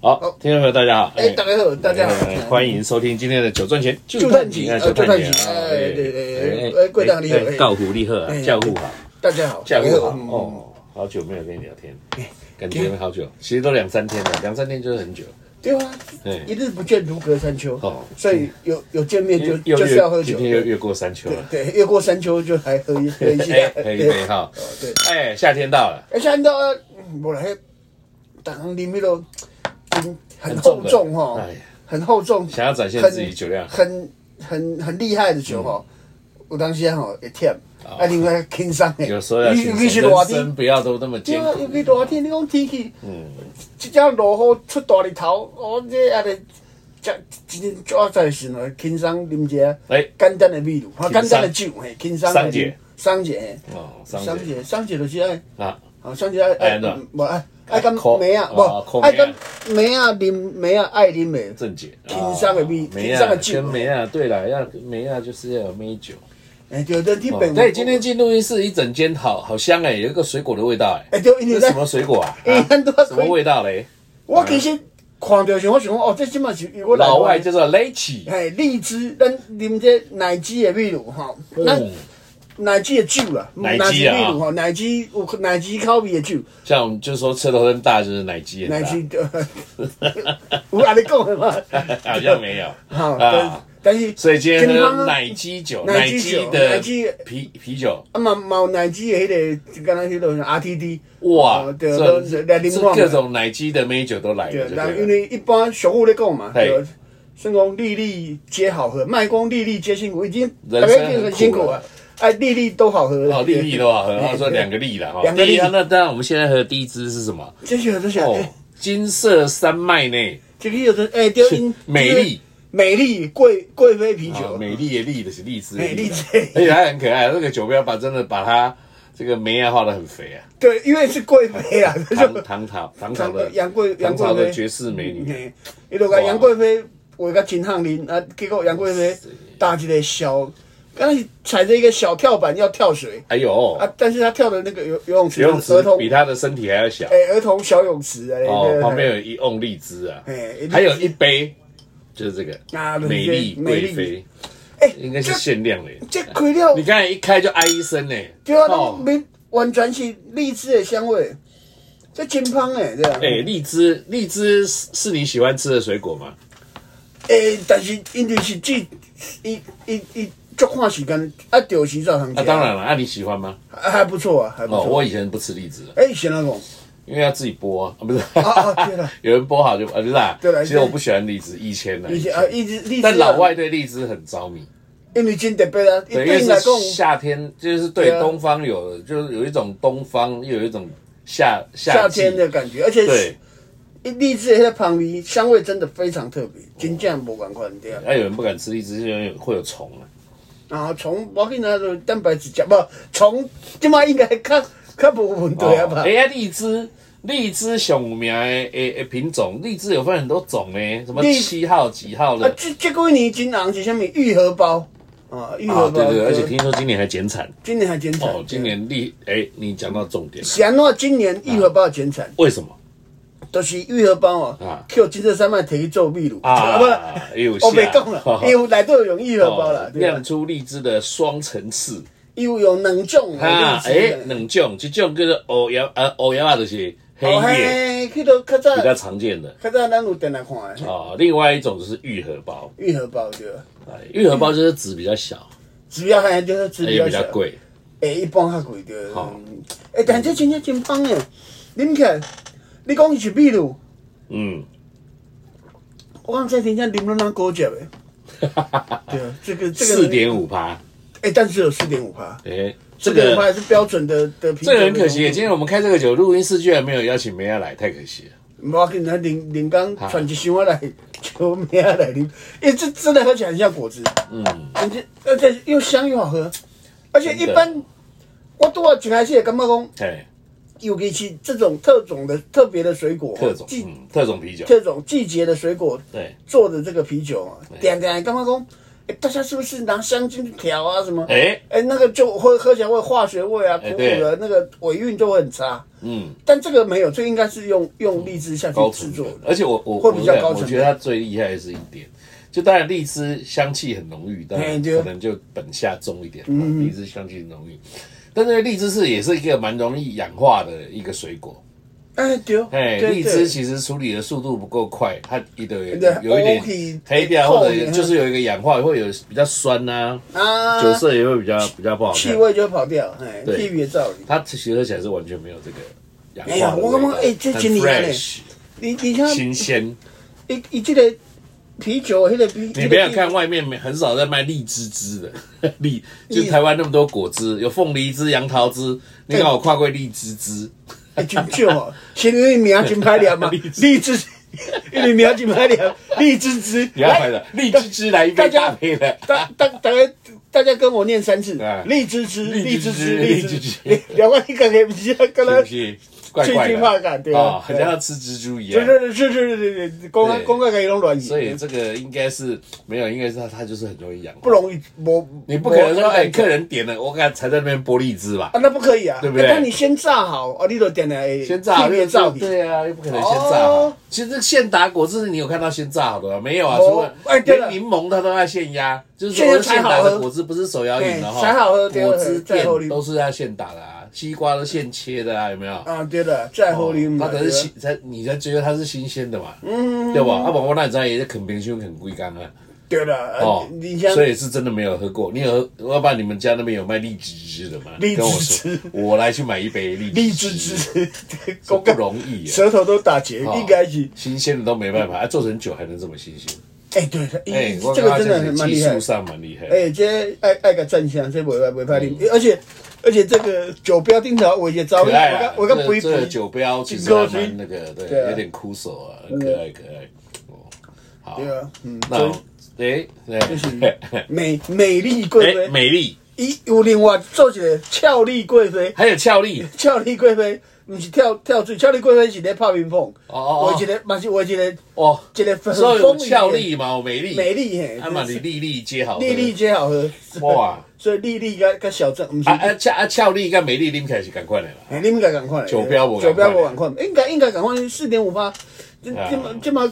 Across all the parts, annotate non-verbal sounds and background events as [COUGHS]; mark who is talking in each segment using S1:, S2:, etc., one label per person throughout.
S1: 好，听众朋友大家好，
S2: 哎，大家好，大家好，
S1: 哎欢迎收听今天的九赚钱
S2: 旧探集，
S1: 啊
S2: 呃，
S1: 九
S2: 旧
S1: 赚
S2: 探
S1: 钱
S2: 集，
S1: 啊，
S2: 哎，对对对，
S1: 哎
S2: 哎，贵当你好，哎
S1: 告虎立贺啊，
S2: 哎
S1: 教父好，
S2: 大家好，
S1: 教
S2: 大
S1: 父
S2: 家
S1: 好
S2: 好，嗯，哎
S1: 哦，好久没有跟你聊天，感觉好久，其实都两三天了，两三天就是很久，
S2: 对啊
S1: 哎，
S2: 一日不见如隔三秋
S1: 哦，
S2: 所以有有见面就
S1: 又
S2: 就是要喝
S1: 越今
S2: 酒，
S1: 天又
S2: 对
S1: 越过山丘了，
S2: 对，越过山丘就还喝一喝一下
S1: 哎，，可以可
S2: 对
S1: 以哈，
S2: 哦对，
S1: 哎，夏天到了，
S2: 哎，现在到我来，大行里面都嗯很厚重
S1: 的
S2: 哈
S1: 哎，
S2: 很厚重，
S1: 想要展现自己酒量，嗯
S2: 很很很厉害的球哈，有当时吼会忝，
S1: 哦
S2: 啊另外轻松的，
S1: 有时候要
S2: 哎尤
S1: 请
S2: 尤其是
S1: 神
S2: 热
S1: 人
S2: 天
S1: 生，不要都那么
S2: 对
S1: 艰
S2: 啊，
S1: 苦
S2: 尤，其热天，你讲天气，
S1: 嗯，
S2: 即只落雨出大日头，哦，这啊咧，食一日做在时阵轻松啉一下
S1: 哎，
S2: 简单的秘鲁，啊
S1: 轻松
S2: 简单的酒，嘿，轻松的
S1: 桑姐，
S2: 桑姐，
S1: 哦，
S2: 嘿
S1: 上
S2: 桑
S1: 节
S2: 姐，桑姐就是爱。
S1: 啊，
S2: 啊，上次爱
S1: 哎
S2: 爱
S1: 对
S2: 无爱爱跟
S1: 靠
S2: 梅啊，
S1: 哦
S2: 无
S1: 靠
S2: 爱
S1: 梅啊
S2: 跟梅啊啉梅啊爱啉梅，
S1: 正解，
S2: 轻松的米
S1: 啊梅
S2: 轻松
S1: 亚
S2: 的酒
S1: 跟梅亚，对了，要梅亚就是要有梅酒。
S2: 哎，对对，你
S1: 哦
S2: 本
S1: 对，今天进录音室一整间，好好香哎，有一个水果的味道哎。
S2: 哎对因为
S1: 这
S2: 在
S1: 什么水果啊？
S2: [LAUGHS] 因为
S1: 啊
S2: 咱都要
S1: 什么味道嘞？
S2: 我其实看到时，我想讲哦，这即嘛是我
S1: 老外叫做 lychee，
S2: 哎荔枝，咱啉这奶汁的秘鲁吼，咱
S1: 嗯，
S2: 奶汁的酒啦，
S1: 奶汁啊
S2: 奶汁秘鲁吼，奶汁有奶汁口味的酒，
S1: 像我们就说车头灯大就是奶鸡，
S2: 奶汁，有安尼讲的吗？
S1: [LAUGHS] 好像没有
S2: 好，
S1: 啊。
S2: 但但是
S1: 所以今天
S2: 健康
S1: 喝
S2: 啊
S1: 奶鸡酒，
S2: 奶
S1: 奶
S2: 基
S1: 鸡
S2: 酒
S1: 的
S2: 奶基
S1: 啤啤酒，
S2: 啊嘛嘛有奶汁的迄个，敢若迄个 RTD，
S1: 哇
S2: 哦，对，
S1: 这
S2: 都来啉
S1: 这
S2: 看
S1: 各
S2: 嘛。
S1: 种奶鸡的美酒都来了
S2: 对，
S1: 就
S2: 那
S1: 对
S2: 因
S1: 了。
S2: 为一般俗话咧讲嘛，
S1: 嘿
S2: 对，算讲粒粒皆好喝，卖光粒粒皆辛苦，已经
S1: 人生
S2: 大家已经很辛苦
S1: 很苦
S2: 啊
S1: 了，
S2: 哎，粒粒都好喝
S1: 哦，
S2: 了，
S1: 粒粒
S2: 对
S1: 都好喝，
S2: 哎
S1: 他说两个粒了哈。
S2: 两个
S1: 第一
S2: 粒
S1: 啊那当然，我们现在喝的第一支是什么？
S2: 这些都是
S1: 哦
S2: 哎，
S1: 金色山脉内
S2: 这个有的哎，对，因
S1: 美丽，啊
S2: 美丽贵贵妃啤酒，
S1: 美丽的丽的是荔枝，
S2: 美丽
S1: 而且它哎很可爱。这个酒标把真的把它这个眉啊画的很肥啊，
S2: [LAUGHS] 对，因为是贵妃啊，
S1: 唐唐朝唐朝
S2: 唐
S1: 的
S2: 杨贵杨
S1: 唐朝
S2: 贵
S1: 的
S2: 妃
S1: 绝世美女，
S2: 嘿，伊嗯就甲杨贵妃画甲真项链啊，结果杨贵妃搭一个小，刚是踩着一个小跳板要跳水
S1: 哎呦，
S2: 啊，但是她跳的那个游游泳池，
S1: 游泳池
S2: 儿童
S1: 比她的身体还要小
S2: 哎、儿童小泳池哎、
S1: 哦
S2: 对，
S1: 旁边有一瓮荔枝啊
S2: 哎荔枝，
S1: 还有一杯就是这个
S2: 啊对
S1: 美丽
S2: 美
S1: 贵
S2: 丽
S1: 妃，
S2: 哎，
S1: 应该是
S2: 这
S1: 限量的。
S2: 这开了
S1: 你，刚才一开就哎一声呢，
S2: 对啊，都
S1: 哦
S2: 没完全是荔枝的香味，这金芳哎，对啊，
S1: 哎，荔枝，荔枝是是你喜欢吃的水果吗？
S2: 哎、但是因为是这一一一足看时间，啊，钓时才通吃，
S1: 啊，当然了，啊，你喜欢吗？
S2: 还还不错啊，还不
S1: 哦，
S2: 错。
S1: 我以前不吃荔枝的，
S2: 哎、先来讲，
S1: 因为要自己剥啊，啊不是，
S2: 啊对了
S1: [LAUGHS] 有人剥好就啊，不是啊，
S2: 对了
S1: 其实我不喜欢荔枝，以前呢，
S2: 以前啊，一直荔枝，
S1: 但老外对荔枝很着迷，
S2: 因为真特别啊，
S1: 对，
S2: 对
S1: 因为
S2: 因来讲，
S1: 是夏天，就是对
S2: 对啊
S1: 东方有，就是有一种东方，又有一种夏夏
S2: 夏
S1: 季
S2: 天的感觉，而且
S1: 对，
S2: 一荔枝的那个旁边香味真的非常特别，真正无共款对啊。
S1: 那有人不敢吃荔枝，是因为会有虫啊，
S2: 然后从我跟那个蛋白质食，无从即马应该较较无 [LAUGHS] 问题啊吧
S1: 哎？呀，荔枝。荔枝上有名的诶诶品种，荔枝有分很多种呢，什么
S2: 荔
S1: 七号几号
S2: 啊
S1: 的，
S2: 这这几年真红是啥物？愈合包啊，愈合
S1: 啊，
S2: 包。
S1: 对对，而且听说今年还减产
S2: 今年还减产
S1: 哦，。今年荔哎，你讲到重点，
S2: 是安怎？今年愈合包减产，
S1: 为什么？
S2: 都是愈合包哦
S1: 啊，
S2: 叫金色山脉摕去做秘鲁
S1: 啊
S2: 不，
S1: 有
S2: 我袂
S1: 下
S2: 讲了，伊有内底有用愈合包啦
S1: 哦，
S2: 对吧啊
S1: 酿？出荔枝的双层次
S2: 伊有用两种
S1: 啊
S2: 的，
S1: 哎
S2: 荔，枝的。
S1: 两种，一种叫做欧阳啊，欧阳啊就是黑叶，
S2: 哦嘿，去到较早
S1: 比较常见的
S2: 较早咱有电来看的
S1: 啊。另外一种就是愈合包，
S2: 愈合包对吧，
S1: 哎愈合包就是籽比较小，哎
S2: 主要还就是主
S1: 也
S2: 要
S1: 比较
S2: 是
S1: 贵。哦
S2: 诶、一般较贵着。
S1: 好
S2: 嗯诶、但这真正真芳诶，啉起来，你讲伊是秘鲁，
S1: 嗯，
S2: 我讲这真正啉了那高
S1: [LAUGHS]
S2: 级诶。对啊，这个这个
S1: 四点五趴，
S2: 诶、但是有四点五趴，
S1: 哎，这
S2: 五
S1: 个
S2: 还是标准的的啤酒
S1: 这个
S2: 的浓
S1: 很
S2: 度。
S1: 可惜。今天我们开这个酒，录音室居然没有邀请梅亚来，太可惜了。
S2: 无要紧，咱林林刚传一箱仔来，求明仔来 [LAUGHS] 啉。诶、这真的喝起来很像果汁，
S1: 嗯，
S2: 而且而且又香又好喝，而且一
S1: 真的
S2: 般我拄啊一开始也感觉讲，
S1: 哎，
S2: 尤其是这种特种的特别的水果，
S1: 特种，嗯
S2: 季
S1: 嗯，特种啤酒，
S2: 这种季节的水果
S1: 对，哎
S2: 做的这个啤酒啊，点点感觉讲，诶大家是不是拿香精去调啊什么？哎、
S1: 哎，
S2: 那个就会喝起来会化学味啊，苦
S1: 哎
S2: 苦
S1: 对
S2: 的，那个尾韵就会很差。
S1: 嗯，
S2: 但这个没有，这应该是用用荔枝下去
S1: 高
S2: 制
S1: 成
S2: 作
S1: 本，
S2: 的。
S1: 而且我我
S2: 会比较高
S1: 我
S2: 成
S1: 觉得它最厉害的是一点，就当然荔枝香气很浓郁，但
S2: 哎对
S1: 可能就本下重一点，
S2: 嗯
S1: 荔枝香气很浓郁。但是荔枝是也是一个蛮容易氧化的一个水果，
S2: 哎，对哦，
S1: 哎，
S2: 对
S1: 荔枝其实处理的速度不够快，它一的有
S2: 对
S1: 有一
S2: 欧
S1: 点
S2: 体
S1: 黑掉，
S2: 后
S1: 或者
S2: 面
S1: 就是有一个氧化，会有比较酸呐、
S2: 对啊，
S1: 酒色也会比较比较不好
S2: 气
S1: 看。
S2: 味就会跑掉，哎，
S1: 对
S2: 气味也照理。
S1: 它其实喝起来是完全没有这个氧
S2: 哎呀
S1: 化的味道。
S2: 我感觉哎这
S1: 很
S2: 真厉害
S1: fresh，
S2: 你你看，
S1: 新鲜。
S2: 伊伊这个啤酒，迄个啤，
S1: 你不要看外面没很少在卖荔枝汁的， [LAUGHS] 荔就
S2: 荔
S1: 台湾那么多果汁，有凤梨汁、杨桃汁，你看我跨过荔枝汁，
S2: 哎，真少哦，是因为名真歹念嘛，荔枝，因为名真歹念，荔枝汁，
S1: 你要买的荔枝汁来一杯
S2: 大家
S1: 搭配的，
S2: 大大大家大家跟我念三次
S1: 哎，
S2: 荔枝汁，
S1: 荔
S2: 荔
S1: 枝
S2: 枝
S1: 汁
S2: 汁，
S1: 荔
S2: 枝
S1: 枝
S2: 汁
S1: 汁，
S2: 两万一个黑不是跟他
S1: 是不，是？怪怪
S2: 最
S1: 的，
S2: 近发感对啊
S1: 哦很
S2: 对
S1: 像要吃蜘蛛一
S2: 就
S1: 样。
S2: 是是是是是，公安
S1: 对
S2: 公安可以弄软
S1: 所以
S2: 语，
S1: 这个应该是没有，应该是它它就是很容易养化。
S2: 不容易，我
S1: 你不可能说，哎，客人点了，我刚才在那边剥荔枝吧
S2: 啊，？那不可以啊，
S1: 对不对
S2: 哎那你先炸好，哦，你都点了，
S1: 先炸好
S2: 越
S1: 又
S2: 炸
S1: 炸，
S2: 起，
S1: 对啊，又不可能先炸好
S2: 哦。
S1: 其实现打果汁，你有看到先炸好的吗？没有啊，
S2: 哦
S1: 除了
S2: 哎对了
S1: 连柠檬它都要现压，就是
S2: 现
S1: 说
S2: 压才
S1: 现打
S2: 好
S1: 的
S2: 喝哎
S1: 果汁不是手摇饮的哈，
S2: 对才好喝对
S1: 果汁
S2: 再
S1: 店
S2: 后面
S1: 都是要现打的啊，西瓜都现切的啊，有没有？
S2: 啊，对的，再喝你
S1: 它
S2: 嘛，
S1: 哦可是新才，你才觉得它是新鲜的嘛，嗯，对吧？啊，宝宝那你知道也是啃冰箱啃龟缸啊，
S2: 对的，啊
S1: 哦，
S2: 你像
S1: 所以是真的没有喝过。你有喝？要不然你们家那边有卖荔枝汁的吗？
S2: 荔枝
S1: 跟我说
S2: 汁，
S1: 我来去买一杯荔枝
S2: 荔枝汁，
S1: [LAUGHS] 这不容易啊。
S2: 舌头都打结，
S1: 哦
S2: 应该是，
S1: 新鲜的都没办法，啊做成酒还能这么新鲜？
S2: 哎，对的，
S1: 哎
S2: 哎，，
S1: 我
S2: 这
S1: 看他
S2: 个真的很蛮
S1: 技
S2: 厉害
S1: 术，上蛮厉害。
S2: 哎，这爱爱个赞香，这袂歹袂歹啉，而且而且这个酒标顶头我也招，我
S1: 嗯可爱啊
S2: 刚！我刚
S1: 这
S2: 不
S1: 个
S2: 一
S1: 这个
S2: 比，
S1: 酒标其实
S2: 一个
S1: 还
S2: 是
S1: 蛮那个，
S2: 对
S1: 对，
S2: 啊
S1: 有点枯手啊，可爱可爱。哦，好，
S2: 对啊，嗯，
S1: 那
S2: 所以
S1: 我哎，哎，
S2: 美美丽贵
S1: 哎，
S2: 妃，
S1: 美丽，
S2: 伊有另外做一个俏丽贵妃，
S1: 还有俏丽，
S2: 俏丽贵妃，毋是跳跳水，俏丽贵妃是咧拍乒乓，
S1: 哦哦哦
S2: 我一个嘛是我一个
S1: 哦，
S2: 一个很
S1: 所以有
S2: 风
S1: 俏丽嘛，有美丽，
S2: 美丽嘿，
S1: 啊嘛，你丽丽接好，
S2: 丽丽皆好喝，
S1: 哇，
S2: [LAUGHS] 所以丽丽跟跟小郑，不是
S1: 啊，啊俏啊俏丽跟美丽拎起来是赶快的啦。
S2: 哎，你们该赶快，
S1: 酒标无
S2: 酒
S1: 同款
S2: 标无赶快，应该应该赶快四点五八，这
S1: 啊
S2: 这么这么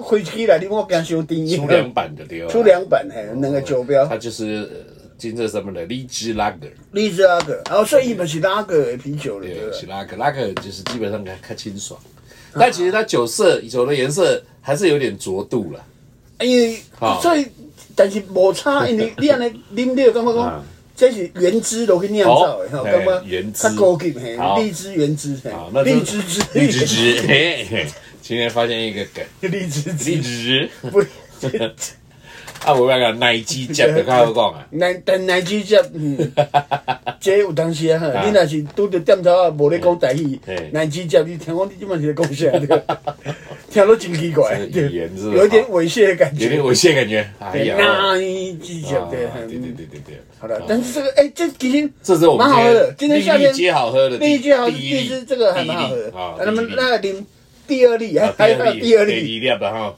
S2: 回起来，你我惊伤低，
S1: 出两啊版的对吧？
S2: 出两版嘿，那个酒标
S1: 它就是呃金色上面的荔枝拉格，
S2: 荔枝拉格，然后哦所以伊本是拉格的啤酒了，对
S1: 对，
S2: 不
S1: 是
S2: 对？
S1: 拉格，拉格就是基本上看看清爽，但其实它酒色酒的颜色还是有点浊度了。
S2: 啊因为
S1: 好
S2: 所以但是无
S1: [LAUGHS]
S2: 差，因为你安尼啉你就感觉
S1: 啊
S2: 讲。这是原汁都去酿造的，
S1: 好
S2: 吼，感觉
S1: 嘿原汁
S2: 较高级嘿
S1: 好，
S2: 荔枝原汁嘿
S1: 好，啊那，就
S2: 荔枝汁，
S1: [LAUGHS] 荔枝汁，嘿嘿，今天发现一个梗，
S2: [LAUGHS] 荔枝汁，
S1: 荔枝汁。
S2: 不， [LAUGHS]
S1: 啊，我那个奶鸡酱的，看我讲啊，
S2: 奶但奶汁汁，
S1: [LAUGHS]
S2: 嗯，这有当时啊，哈你若是拄着点头啊，无咧讲台语
S1: 嘿，
S2: 奶汁汁，你听讲你即满是咧
S1: [LAUGHS]
S2: 讲啥？对听落真奇怪，
S1: 这个
S2: 对
S1: 语言是吧
S2: 有点猥亵的感
S1: 有点
S2: 觉。
S1: 猥亵感觉。哎
S2: 对
S1: 呀，
S2: 奶汁汁
S1: 啊，
S2: 对，
S1: 对对
S2: 嗯
S1: 对对对。
S2: 好了，但是这个哎，这其实
S1: 这是我们
S2: 蛮好喝的。
S1: 今
S2: 今
S1: 天
S2: 天夏天
S1: 粒皆好喝的第
S2: 第
S1: 一
S2: 一季好像
S1: 第一粒
S2: 第一支这个还蛮好喝
S1: 第一粒啊
S2: 的，那么
S1: 第一粒
S2: 那零第二粒 [LAUGHS] 还
S1: 啊，
S2: 还有第二粒。
S1: 第二粒啦吼。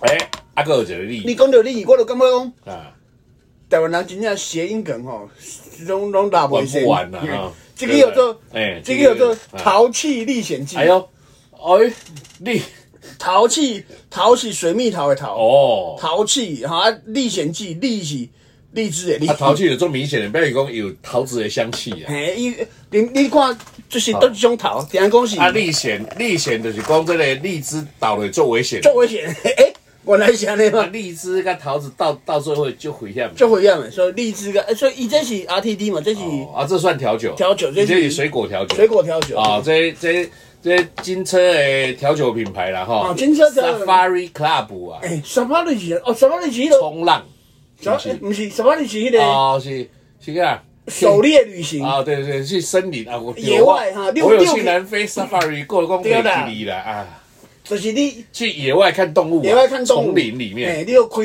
S1: 哎，啊，个有一个
S2: 你
S1: 你
S2: 讲到你，我就感觉讲
S1: 啊，
S2: 台湾人真正谐音梗吼，拢拢打不
S1: 玩
S2: 完
S1: 不完啦哈。
S2: 这个有做，
S1: 啊哎，
S2: 这个有做《
S1: 啊
S2: 淘气历险记》
S1: 哎呦，哎，你
S2: 淘气淘是水蜜桃的桃，
S1: 哦，
S2: 淘气哈《啊历险记》历是荔枝的荔
S1: 啊，。淘气有做明显的，不要讲有桃子的香气啊。
S2: 嘿，伊你你看，就是都一种桃，听讲是
S1: 啊，历险历险就是讲这个荔枝倒了做危险，
S2: 做危 [LAUGHS] 险。哎，原来是安尼
S1: 啊
S2: 嘛，
S1: 荔枝跟桃子到到最后就毁掉。
S2: 做一样的，所以荔枝个，所以伊这是 RTD 嘛，这是
S1: 哦啊，这算调酒，
S2: 调酒这
S1: 你
S2: 是
S1: 这是水果调酒，
S2: 水果调酒
S1: 啊，这这这金车的调酒品牌啦哈，
S2: 哦金车调酒
S1: Safari Club 啊，
S2: 哎，什么类型？哦，什么类型？迄
S1: 冲浪，
S2: 个，
S1: 是不
S2: 呃不是什么类型？迄个
S1: 啊是是个啊，
S2: 狩猎旅行。
S1: 啊对对，去森林啊，我
S2: 野外哈
S1: 我
S2: 六
S1: 我有
S2: 六
S1: 去南非 Safari 过光
S2: 对
S1: 美
S2: 啦
S1: 吉里啦啊，
S2: 就是你
S1: 去野外看动物啊，
S2: 野外看动物，
S1: 丛林里面
S2: 哎，你要开，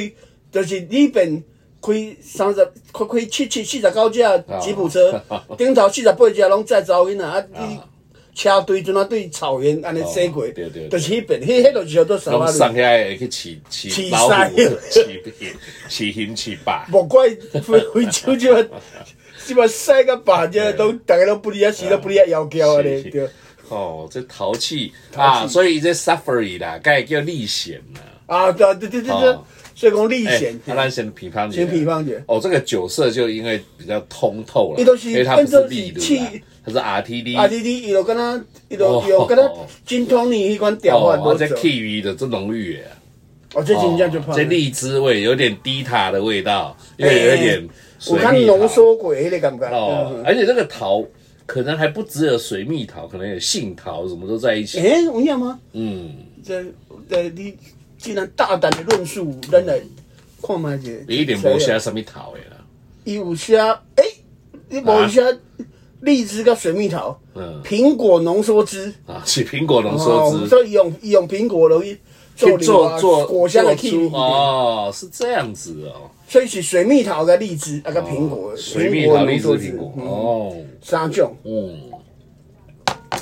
S2: 就是你本开三十，开开
S1: [LAUGHS]
S2: 七七四十九只吉普车，顶头四十八只拢载查某囡仔，啊，你车队阵啊对草原安尼驶过，
S1: 哦对对对
S2: 就是迄边，迄迄就是叫做沙
S1: 拢
S2: 巴
S1: 上
S2: 路。
S1: 下来去饲饲
S2: 饲
S1: 老
S2: 狮
S1: 虎、饲
S2: [LAUGHS]
S1: 饲熊、饲霸。
S2: 莫怪非非洲即马即马西甲白
S1: [LAUGHS]
S2: 只都大家都不离啊，死都不离啊，妖娇啊
S1: 是
S2: 咧，
S1: 是
S2: 对。
S1: 哦，这淘气
S2: 淘气
S1: 啊，所以这 safari 啦，该叫历险啦。
S2: 啊，对对对对对
S1: 哦，
S2: 所以讲历
S1: 哎
S2: 险，，
S1: 那咱先批判一下
S2: 先批判一下
S1: 哦，这个酒色就因为比较通透了，
S2: 它都是
S1: 因为它不是
S2: 跟着
S1: 利率
S2: 是
S1: 啦
S2: 气，
S1: 它是 RTD。
S2: 啊，你你伊就敢若伊就
S1: 哎哦
S2: 伊就敢若金通尼迄款调法
S1: 哦，
S2: 无
S1: 这
S2: 做，
S1: kiwi 的这啊浓郁耶，
S2: 哦，这真正就怕
S1: 哦。这荔枝味有点低塔的味道，又有一点
S2: 哎我
S1: 水
S2: 看
S1: 蜜
S2: 浓
S1: 桃。
S2: 缩过迄个感觉。
S1: 哦
S2: 嗯，
S1: 而且这个桃可能还不只有水蜜桃，可能有杏桃，什么都在一起。
S2: 诶，有影吗？
S1: 嗯，
S2: 这这你既然大胆的论述，咱来看卖者。
S1: 你一点不写什么桃的啦。
S2: 伊有写，诶，你无写荔枝甲水蜜桃，
S1: 啊嗯，
S2: 苹果浓缩汁，哦
S1: 啊，是苹果浓缩汁
S2: 所以用伊用苹果容易
S1: 去
S2: 做啊
S1: 做做
S2: 果香的
S1: 做
S2: k
S1: 出
S2: i
S1: 哦，是这样子哦。
S2: 所以是水蜜桃跟荔枝啊，跟苹果，
S1: 水蜜桃、
S2: 浓
S1: 荔枝、
S2: 缩
S1: 苹果
S2: 嗯
S1: 哦。
S2: 三种
S1: 嗯，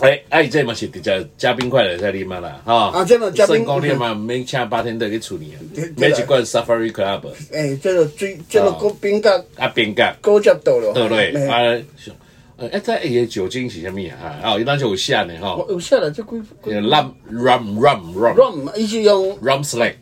S1: 哎，啊，伊这嘛是直接嘉宾快乐在你嘛啦，哈、
S2: 啊这嘛嘉宾
S1: 讲你嘛免请八天的去处理啊
S2: 对，对
S1: 买
S2: 啦
S1: 一罐 Safari Club
S2: 诶，这个最这个高饼干
S1: 啊，边角
S2: 高接到了，
S1: 对不对？
S2: 嘿
S1: 啊，像呃，哎，这伊的酒精是啥物啊？啊，哦，伊那就有写呢吼
S2: 我，有写了这几
S1: 那个 rum rum rum rum
S2: rum，伊是用
S1: rum slack，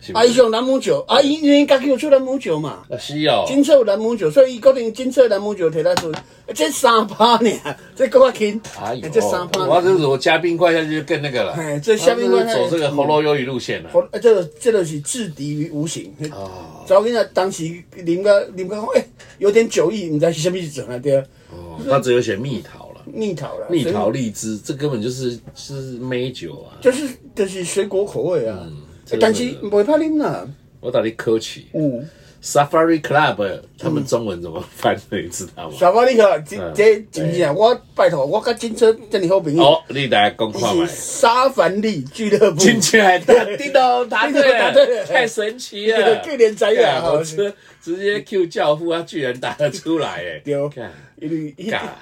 S1: 是不
S2: 啊，伊是
S1: 是？
S2: 用兰姆酒，啊，因因为家己有出兰姆酒嘛，
S1: 啊，是哦，
S2: 金色有兰姆酒，所以伊固定金色的兰姆酒摕来做，啊这三趴呢，这够较轻，
S1: 哎呦，
S2: 这三趴
S1: 我，这是我嘉宾快下去就更那个了，
S2: 哎这嘉宾
S1: 啊
S2: 快
S1: 是
S2: 下去
S1: 走这个喉咙忧郁路线了，
S2: 我啊，这个这个是制敌于无形。
S1: 哦，
S2: 查某囡仔当时啉个啉个讲，诶，有点酒意，毋知是啥物事情啊，对，
S1: 哦，他只有写蜜桃了。
S2: 蜜桃啦，
S1: 蜜
S2: 所以
S1: 桃、荔枝，这根本就是是美酒啊！
S2: 就是就是水果口味啊，
S1: 嗯这个
S2: 但是袂怕啉啦。
S1: 我到底客气
S2: 嗯，
S1: Safari Club 他们中文怎么翻的，你知道吗？
S2: 小哥你看，这
S1: 嗯
S2: 这真正我拜托，我甲金车这么好朋友，
S1: 哦，你来讲看
S2: 伊
S1: 嘛
S2: 是。沙凡利俱乐部，
S1: 进去还打哦叮咚，答对
S2: 答对
S1: 了，
S2: 了
S1: 太神奇
S2: 这 [LAUGHS]
S1: 了！
S2: 个桂林宅园
S1: 干
S2: 好
S1: 我直直接 Q 教父，他居然答得出来，
S2: [LAUGHS]
S1: 哎，
S2: 对哦
S1: 干，
S2: 因为伊
S1: 嘎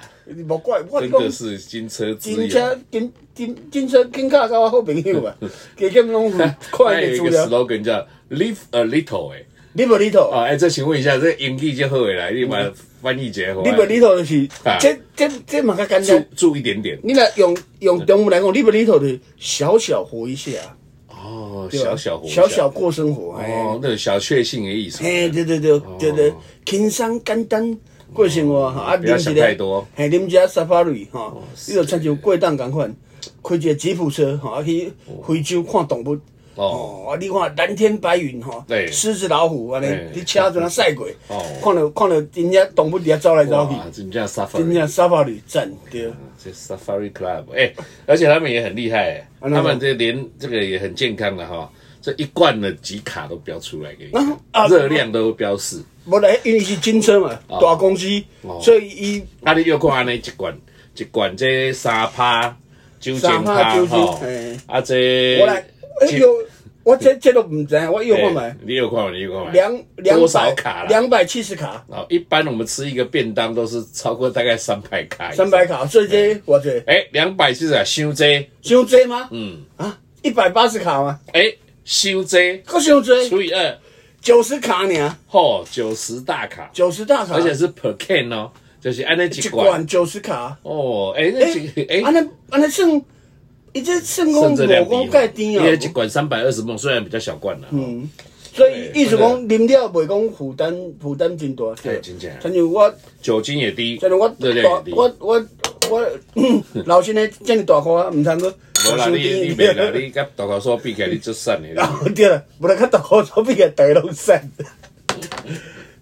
S2: 无怪我
S1: 真的
S2: 讲，
S1: 是金车之
S2: 金
S1: 友。
S2: 车金金金车金卡甲我好
S1: [LAUGHS]
S2: 朋友嘛，加减拢有
S1: 还
S2: 看
S1: 哎有
S2: 伊
S1: 一
S2: 资
S1: 个
S2: 料，
S1: slogan 叫 “Live a little”，哎，
S2: 你无里头
S1: 啊，，哎，这请问一下，这英语就好了啦，你把翻译结合，
S2: 嗯你无里头就是
S1: 啊，
S2: 这这这嘛较简
S1: 注
S2: 单。
S1: 注一点点。
S2: 你若用用中文来讲，你无里头就是小小活一下，
S1: 哦，
S2: 对吧啊
S1: 小小活一下，
S2: 小小过生活，哎。
S1: 哦，那个小确幸的意思。
S2: 嘿，对对对对对，轻松简单过生活哈，啊，
S1: 哦不要
S2: 啉
S1: 想
S2: 一个
S1: 太多哦
S2: 嘿，啉一下 safari 哈，你就亲像过档共款，开一个吉普车哈，啊去非洲看动物。
S1: 哦
S2: 哦，啊，你看蓝天白云吼
S1: 对，
S2: 狮子老虎安尼
S1: 对，
S2: 你车在那驶过
S1: 哦，
S2: 看到看到真正动物伫遐走来走
S1: 哇，
S2: 去，
S1: 真叫
S2: 真
S1: safari，
S2: 正 safari 站对，
S1: 这 safari club，哎、而且他们也很厉害、哎
S2: 啊那个
S1: 他们这连这个也很健康的哈，这一罐的几卡都标出来给你
S2: 啊啊
S1: 看，热、量都标示。
S2: 无来因为是金车嘛，
S1: 哦
S2: 大公司，所以伊
S1: 啊，你又看安尼一罐，一罐这三趴酒精
S2: 三趴
S1: 趴
S2: 酒精
S1: 哈
S2: 嘿，
S1: 啊这
S2: 我来，哎
S1: 这
S2: 呦，我这这都毋知道，我又看
S1: 哎
S2: 卖。
S1: 你有看吗？你有看吗？
S2: 两两
S1: 多少
S2: 百
S1: 卡啦？
S2: 两百七十卡，
S1: 哦，一般我们吃一个便当都是超过大概三百卡以上，
S2: 三百卡，最这偌济？
S1: 哎，两百其实啊，伤济，
S2: 伤济吗？
S1: 嗯，
S2: 啊，一百八十卡吗？
S1: 哎，伤济
S2: 够伤济，
S1: 除以二，
S2: 九十卡呢？
S1: 吼，九十大卡，
S2: 九十大卡，
S1: 而且是 per can 哦，就是按那
S2: 啊一
S1: 几罐
S2: 罐九十卡，
S1: 哦，哎，那
S2: 哎
S1: 几个哎
S2: 安。尼安尼啊算，伊这算
S1: 剩这
S2: 讲
S1: 两
S2: 五公
S1: 滴
S2: 盖
S1: 哦，
S2: 甜
S1: 因为一
S2: 哦，
S1: 罐三百二十梦，虽然比较小罐啦，嗯，
S2: 所以意思讲
S1: 哎
S2: 啉了袂讲负担负担真大，
S1: 哎
S2: 对，
S1: 真正
S2: 亲像我，
S1: 酒精也低，
S2: 亲像我
S1: 热量也
S2: 大
S1: 低。
S2: 我我我嗯老身的这么大块，毋通去
S1: 无啦，你你
S2: 对
S1: 袂啦，你甲大口说比起来，你足瘦的
S2: [LAUGHS]
S1: 啦。
S2: 然后对了，无来较大号头比个大拢散。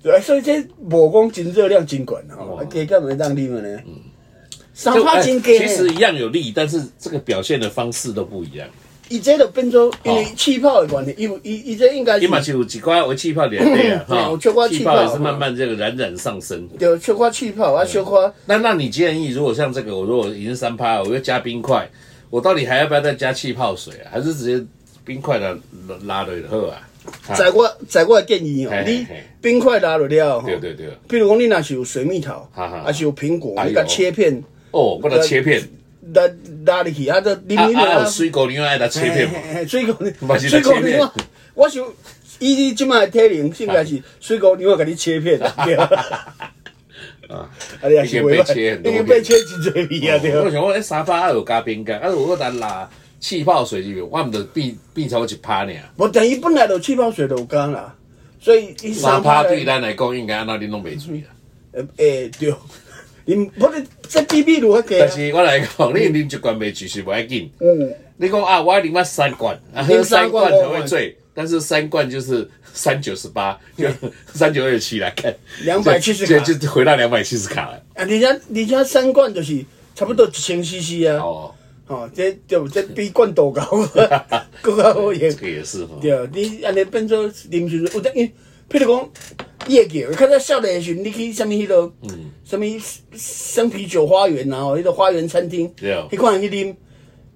S2: 对，所以这无讲真热量真悬吼，啊，加减会当啉的呢。三
S1: 就
S2: 拍
S1: 哎
S2: 啊真
S1: 其实
S2: 低，
S1: 一样有利，但是这个表现的方式都不一样。
S2: 伊这就变做因为气泡的关系，伊有伊伊这应该
S1: 伊嘛
S2: [LAUGHS] 是
S1: 是有一寡微气泡连对
S2: [LAUGHS]
S1: 啊，
S2: 嗯
S1: 哈
S2: 有，小可
S1: 气
S2: 气
S1: 泡
S2: 泡
S1: 也是慢慢这个冉冉上升。
S2: 着小可气泡啊，小可
S1: 那那你建议，如果像这个，我如果已经三趴，我又加冰块，我到底还要不要再加气泡水啊？还是直接冰块的拉落就好啊？啊
S2: 在我在我的建议哦
S1: 嘿，嘿
S2: 你
S1: 嘿
S2: 冰块拉落了吼
S1: 对，对对，
S2: 比如讲你若是有水蜜桃，
S1: 哈哈
S2: 还是有苹果
S1: 哎，呦
S2: 你甲切片，
S1: 哦，把它切片，
S2: 拉拉入去，啊，都啉
S1: 啊
S2: 啉
S1: 啊，
S2: 啊
S1: 有，水果牛奶来切片嘛，
S2: 嘿嘿嘿水果
S1: 嘛
S2: 牛，
S1: 是来
S2: 水
S1: 切
S2: 果
S1: 片
S2: 牛啊，我想伊即摆的体能应该是水果牛啊，给你切片啊，对啊，
S1: 啊，
S2: 啊，你也是
S1: 已经被切很多
S2: 已经被切真侪味啊，对
S1: 我
S2: 啊，
S1: 想我诶沙发还有加冰干，啊，如果咱拉气泡水入去，我毋着变变超过一趴尔。
S2: 无，但伊本来就气泡水就有干啦，所以伊
S1: 三
S2: 三
S1: 趴
S2: 趴
S1: 对
S2: 的，
S1: 咱来讲应该安那恁拢袂注意啊。
S2: 诶诶，对，你不是这比比如较低啊
S1: 但，是我来讲，你啉一罐袂醉是袂要紧。
S2: 嗯，
S1: 你讲啊，我要啉啊三罐，啊喝
S2: 啉
S1: 三
S2: 三
S1: 罐
S2: 罐哦
S1: 才会醉，但是三罐就是 [LAUGHS] 三九十八，就三九二七来看，
S2: 270
S1: 就
S2: 卡
S1: 就就回到两百七十卡了。
S2: 啊，而且而且三罐就是差不多一千 CC 啊，
S1: 哦，
S2: 哦，这对，这比罐头高，更较好用
S1: 这。个也是哦哈。
S2: 对，你安尼变做啉时阵，有得因，譬如讲，你会记得，较早少年的时阵，你去什物迄落，什物生啤酒花园啊，吼，迄个花园餐厅，
S1: 对
S2: 迄款去啉，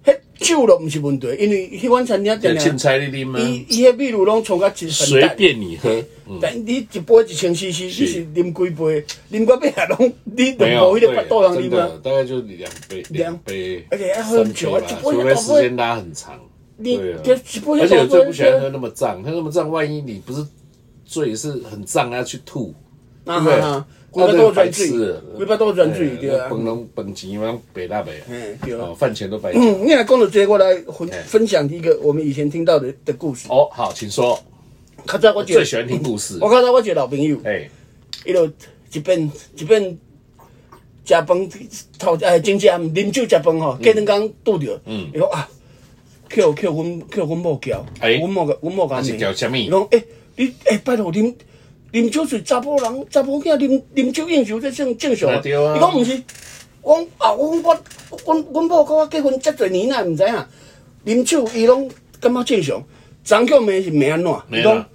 S2: 迄酒都毋是问题，因为迄款餐厅
S1: 就
S2: 定
S1: 凊
S2: 定，
S1: 彩你啉
S2: 伊
S1: 啊，
S2: 伊迄秘鲁拢冲甲真很
S1: 随
S2: 淡，
S1: 便你嗯喝。
S2: 但你一杯一千 CC，你是啉几杯，啉到尾啊拢，你都
S1: 没有，
S2: 无迄个腹肚通
S1: 对真
S2: 啉啊
S1: 的，。大概就两杯，
S2: 两
S1: 两杯，
S2: 而且要喝
S1: 三
S2: 酒
S1: 杯
S2: 啊
S1: 吧
S2: 就不会
S1: 除非时间拉很长。
S2: 你
S1: 对啊
S2: 就就不会
S1: 而且我
S2: 不会
S1: 最不喜欢
S2: 喝
S1: 喝那么胀，喝那么胀，万一你不是醉，是很胀，要去吐，
S2: 啊
S1: 对不对
S2: 啊啊？
S1: 嗯那
S2: 规巴
S1: 就
S2: 肚
S1: 啊白
S2: 转
S1: 痴了
S2: 水，规巴肚转水对啊
S1: 本拢本钱拢白大白，
S2: 嗯对啊
S1: 哦，饭钱都
S2: [COUGHS]
S1: 白讲。
S2: 嗯，你来讲到这个，我来分
S1: 哎
S2: 分享一个我们以前听到的的故事。
S1: 哦，好，请说。
S2: 较早我
S1: 我
S2: 一个
S1: 最喜欢听故事。
S2: 我较早我一个老朋友，
S1: 哎，
S2: 伊就一边一边食饭，头哎真正啉酒食饭吼，过两工拄着，
S1: 嗯
S2: 伊讲啊，叫叫阮叫阮某叫，
S1: 哎
S2: 阮某甲阮某甲
S1: 啊是叫什么
S2: 伊讲诶，你诶拜托啉啉酒是查甫人查甫囝啉啉酒应酬这算正常
S1: 啊对啊
S2: 伊讲毋是，我讲啊，我讲我阮阮某甲我结婚遮侪年啦，毋知影啉酒伊拢感觉正常，昨叫骂是骂安怎？
S1: 没
S2: 伊
S1: 有
S2: 讲
S1: 啦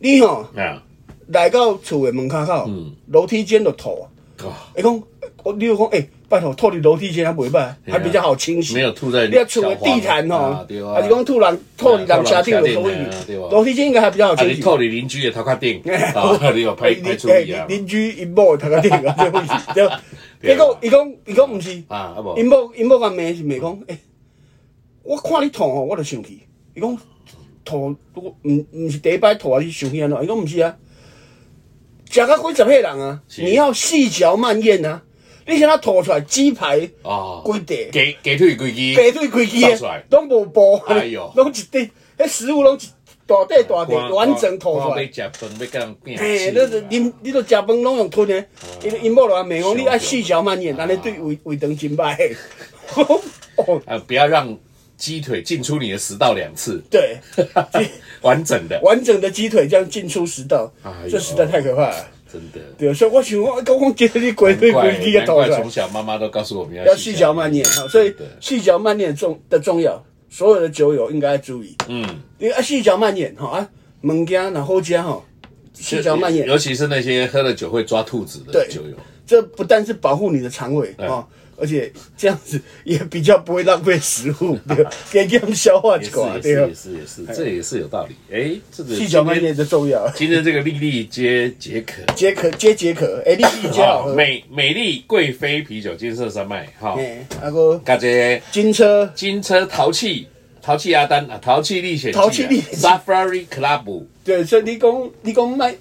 S2: 你吼。
S1: 啊，
S2: 来到厝的门口口，楼梯间就吐啊。
S1: 哦
S2: 伊讲，我你就讲，诶、拜托吐伫楼梯间还袂歹，
S1: 对啊
S2: 还比较好清洗。
S1: 没有吐在
S2: 你要厝的地毯
S1: 小黄
S2: 吼
S1: 啊对啊，
S2: 还是讲吐人吐伫人车顶就可以
S1: 对啊对啊。
S2: 楼梯间应该还比较好
S1: 啊，
S2: 清
S1: 你
S2: 洗。
S1: 靠你邻居的头壳
S2: [LAUGHS]
S1: 顶，啊，你有拍拍出去啊
S2: 哎，邻居因某头壳顶啊，对不起。对吧
S1: 对啊
S2: 结果伊讲，伊讲毋是，
S1: 啊啊无
S2: 因某因某甲骂是骂讲，诶、我看你吐吼，我就生气。伊讲吐，我毋毋是第一摆吐啊，你生气安怎？伊讲毋是啊，食到几十岁人啊，
S1: 是
S2: 你要细嚼慢咽啊。你像他吐出来鸡排，
S1: 哦
S2: 规地，
S1: 鸡鸡腿规矩，
S2: 白对规矩
S1: 扫出来
S2: 的，拢无包，
S1: 哎呦
S2: [LAUGHS]
S1: 哦
S2: 拢一滴，迄食物拢一大块大
S1: 我
S2: 块完整吐出
S1: 我
S2: 来
S1: 要。食饭，要甲人拼
S2: 嘿，
S1: 死
S2: 你就啉，你都食饭拢用吞
S1: 哦
S2: 的，因因某老骂
S1: 啊
S2: 讲你啊爱细嚼慢咽，安尼对胃胃肠
S1: [LAUGHS]
S2: 真歹。哦，
S1: 啊，不要让鸡腿进出你的食道两次， [LAUGHS]
S2: 对，
S1: 完整的，
S2: 完整的鸡腿这样进出食道
S1: 哎，呦
S2: 这实在太可怕了。
S1: 真的。
S2: 对，所以我想我刚刚觉得你鬼对 [LAUGHS]
S1: 怪
S2: 鬼去个
S1: 难
S2: 头
S1: 怪
S2: 出来
S1: 从，小妈妈都告诉我们要
S2: 要细嚼慢咽哈，所以
S1: 真的
S2: 细嚼慢咽重的重要，所有的酒友应该注意。
S1: 嗯，
S2: 你啊细嚼慢咽哈啊，物件若好食吼，细嚼慢咽。
S1: 尤其是那些喝了酒会抓兔子的
S2: 对
S1: 酒
S2: [LAUGHS]
S1: 友，
S2: 这不但是保护你的肠胃啊、哦，而且这样子也比较不会浪费食物，
S1: [LAUGHS]
S2: 对吧，给给他们消化
S1: 也
S2: 起
S1: 是
S2: 来，
S1: 也是
S2: 对吧
S1: 也？是也是，这也是有道理。哎，这个
S2: 细嚼慢
S1: 今天
S2: 咽的重要，
S1: 今天这个丽丽接解渴，
S2: 解渴解解渴，哎，你比较
S1: 哦
S2: 好喝，
S1: 美美丽贵妃啤酒金色山脉，哈，
S2: 哎，那个
S1: 感谢
S2: 金车
S1: 金车淘气淘气阿丹啊，淘气历险记啊
S2: 淘气历险记
S1: ，Safari Club，
S2: 对，所以你讲你讲卖，
S1: 哎，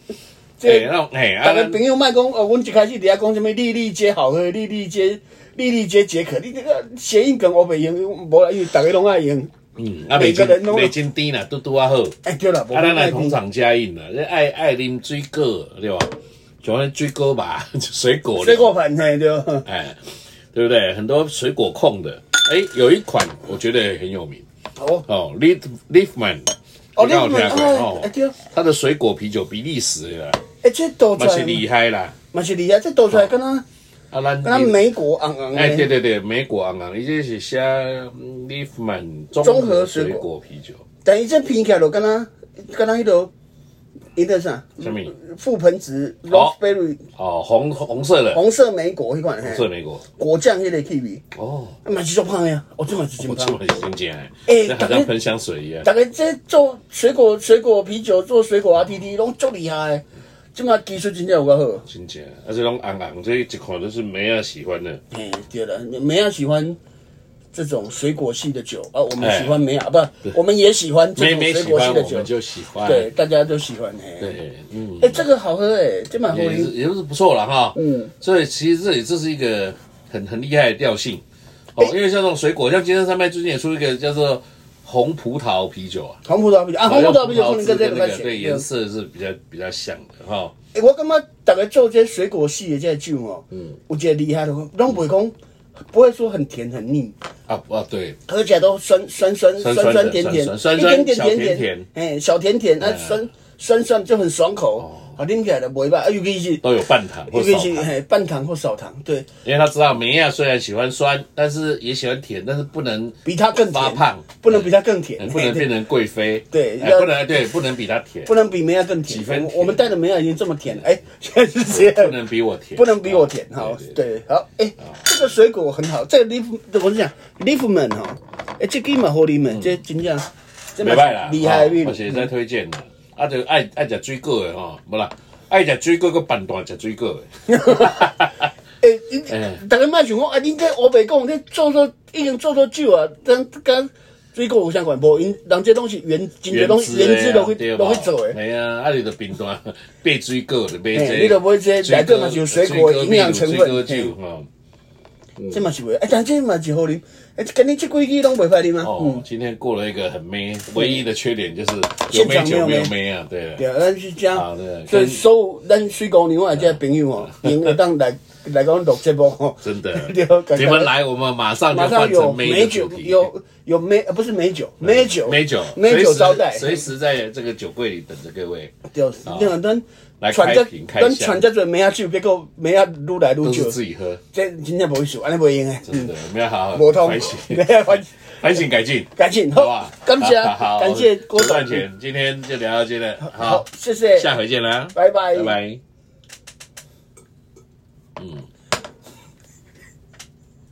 S2: 这
S1: 那种哎，阿
S2: 大家
S1: 丹
S2: 朋友卖讲哦，阮一开始底下讲什么粒粒皆好喝，粒粒皆粒粒皆解渴，你这个谐音梗我袂用，无啦，因为大家拢爱用，
S1: 嗯，啊，美
S2: 每
S1: 金
S2: 个人都
S1: 美金低啦，嘟嘟啊好。
S2: 哎，对啦，无
S1: 啊，咱来
S2: 讲
S1: 捧场加印啦，这爱爱啉水果对吧？喜欢水果吧， [LAUGHS] 水果
S2: 水果盘嘿，对
S1: [LAUGHS]
S2: 吧？
S1: 哎，对不对？很多水果控的，哎，有一款我觉得很有名
S2: 哦
S1: 哦，Leaf Leafman，
S2: 哦
S1: 你有听过
S2: Leafman，
S1: 哦
S2: 哎对啊
S1: 它的水果啤酒比利时的啦，
S2: 哎，这倒出
S1: 蛮是
S2: 来
S1: 厉害啦。
S2: 嘛是厉害，这倒出来敢若。
S1: 啊，咱
S2: 跟他美国昂昂
S1: 哎，对对
S2: 的，
S1: 对，美国昂昂，你这是写 Leafman
S2: 综
S1: 综合
S2: 合水
S1: 水
S2: 果
S1: 果啤酒，
S2: 但伊这拼起来就敢若敢若迄落，伊个啥？
S1: 什么
S2: 覆盆子
S1: 哦
S2: （raspberry）
S1: 哦，红红色的，
S2: 红色莓果迄款，
S1: 红
S2: 嘿
S1: 色美国，
S2: 果酱迄个气味，
S1: 哦。
S2: 啊嘛是足香的啊！哦，这嘛是真
S1: 我这
S2: 香
S1: 么。新鲜哎，
S2: 哎
S1: 这好像喷香水一样。
S2: 大家这做水果、水果啤酒、做水果 RTD 拢足厉害的，即嘛技术真正有够好。
S1: 新鲜，而且拢红红，这一看都是梅儿喜欢的。
S2: 嘿，对啦，梅仔喜欢这种水果系的酒啊，我们
S1: 哎
S2: 喜欢美好，不，我们也喜欢这
S1: 妹
S2: 种
S1: 妹
S2: 水
S1: 喜
S2: 果系
S1: 欢
S2: 的
S1: 我们
S2: 酒，
S1: 就喜欢，
S2: 对，大家都喜欢。嘿，
S1: 对，嗯，
S2: 哎，这个好喝哎，这蛮好
S1: 也是
S2: 喝。
S1: 也是不错了哈。
S2: 嗯，
S1: 所以其实这里这是一个很很厉害的调性哦，因为像这种水果，像金山山脉最近也出一个叫做红葡萄啤酒啊，
S2: 红葡萄啤酒啊，红葡萄啤酒
S1: 好
S2: 可
S1: 像葡萄汁
S2: 能跟这
S1: 跟
S2: 个
S1: 那
S2: 关
S1: 个
S2: 系。
S1: 对颜色是比较比较像的哈。
S2: 欸，我感觉大家做这水果系的这个酒哦，
S1: 嗯
S2: 有一个厉害的，拢袂讲，不会说很甜很腻，
S1: 啊啊，对，
S2: 喝起来都酸酸酸
S1: 酸酸的
S2: 酸酸甜甜，
S1: 酸酸
S2: 一
S1: 酸
S2: 点点
S1: 小甜
S2: 甜甜
S1: 甜，
S2: 哎，小甜甜，啊酸酸酸就很爽口，啊，啉起来就袂歹，啊，尤其是
S1: 都有半糖哦或
S2: 尤
S1: 少
S2: 其是
S1: 糖，
S2: 嘿半糖或少糖，对
S1: 因为他知道梅亚虽然喜欢酸，但是也喜欢甜，但是不能
S2: 比它更
S1: 发
S2: 甜，
S1: 胖
S2: 不能比它更甜
S1: 呃，不
S2: 嘿
S1: 能
S2: 对
S1: 变成贵妃，
S2: 对
S1: 哎
S2: 要
S1: 不能对，不能比他甜，
S2: 不能比梅亚更甜
S1: 几分，
S2: 我
S1: 甜
S2: 我们带的梅亚已经这么甜了，哎，现在是这样
S1: 不。能比我甜，
S2: 不能比我甜
S1: 啊
S2: 哈。
S1: 对对哦
S2: 对，好，哎，这个水果很好，这个 leaf 我是讲 leafman 哈，哎，这个嘛好啉的，这真正这
S1: 嗯没办啦，
S2: 厉害
S1: 哦
S2: 味
S1: 我。是在推荐的，啊，就爱爱食水果的吼，无啦，爱食水果，佮板段食水果
S2: [LAUGHS]
S1: 的，
S2: 哎，你大家莫想讲，啊，恁这我白讲，你做做已经做做酒啊，咱跟水果有啥关？无，因人这东西原真侪东西原汁都会
S1: 啊对
S2: 都会做诶。
S1: 系啊，啊，你就扁段 [LAUGHS] 变水果的，变
S2: 嘿你就买这
S1: 水
S2: 内
S1: 果
S2: 底嘛是有水果的营养成分
S1: 水果酒哦吼。嗯
S2: 这嘛是袂，哎，但这嘛是好啉，哎，今年这几支拢袂歹啉啊。
S1: 哦，今天过了一个很妹，唯一的缺点就是有妹酒没有妹啊，对
S2: 对
S1: 啊，
S2: 啊，咱是这
S1: 好
S2: 样
S1: 的，
S2: 所以
S1: 跟
S2: 所有咱水果娘啊，这朋友
S1: [LAUGHS]
S2: 哦，因会当来来跟我们录节目吼。
S1: 真的
S2: [LAUGHS] 对啊，感，
S1: 你
S2: 觉
S1: 们来，我们马上就
S2: 马上
S1: 换
S2: 有
S1: 成妹
S2: 美
S1: 的
S2: 酒
S1: 主，题
S2: 有有美呃不是美酒，美酒
S1: 美酒，
S2: 美
S1: 随
S2: 酒
S1: 时
S2: 招待，
S1: 随时在这个酒柜里等着各位。
S2: 对，那个咱
S1: 来
S2: 传
S1: 开瓶
S2: 这
S1: 开箱
S2: 咱传这阵梅啊酒，结果梅啊愈来愈
S1: 都是
S2: 少，
S1: 自己喝，
S2: 这真正无意思，安尼袂用诶，
S1: 真的，我们要好好
S2: 无嗯通
S1: 反
S2: [LAUGHS]
S1: 省，
S2: 反
S1: 反省改进，
S2: 赶紧
S1: 好吧
S2: 好？，感谢啊
S1: 好好
S2: 感谢郭
S1: 赚
S2: 总，
S1: 钱，今天就聊到这了，
S2: 好
S1: 好，，
S2: 谢谢，
S1: 下回见啦，
S2: 拜拜
S1: 拜拜。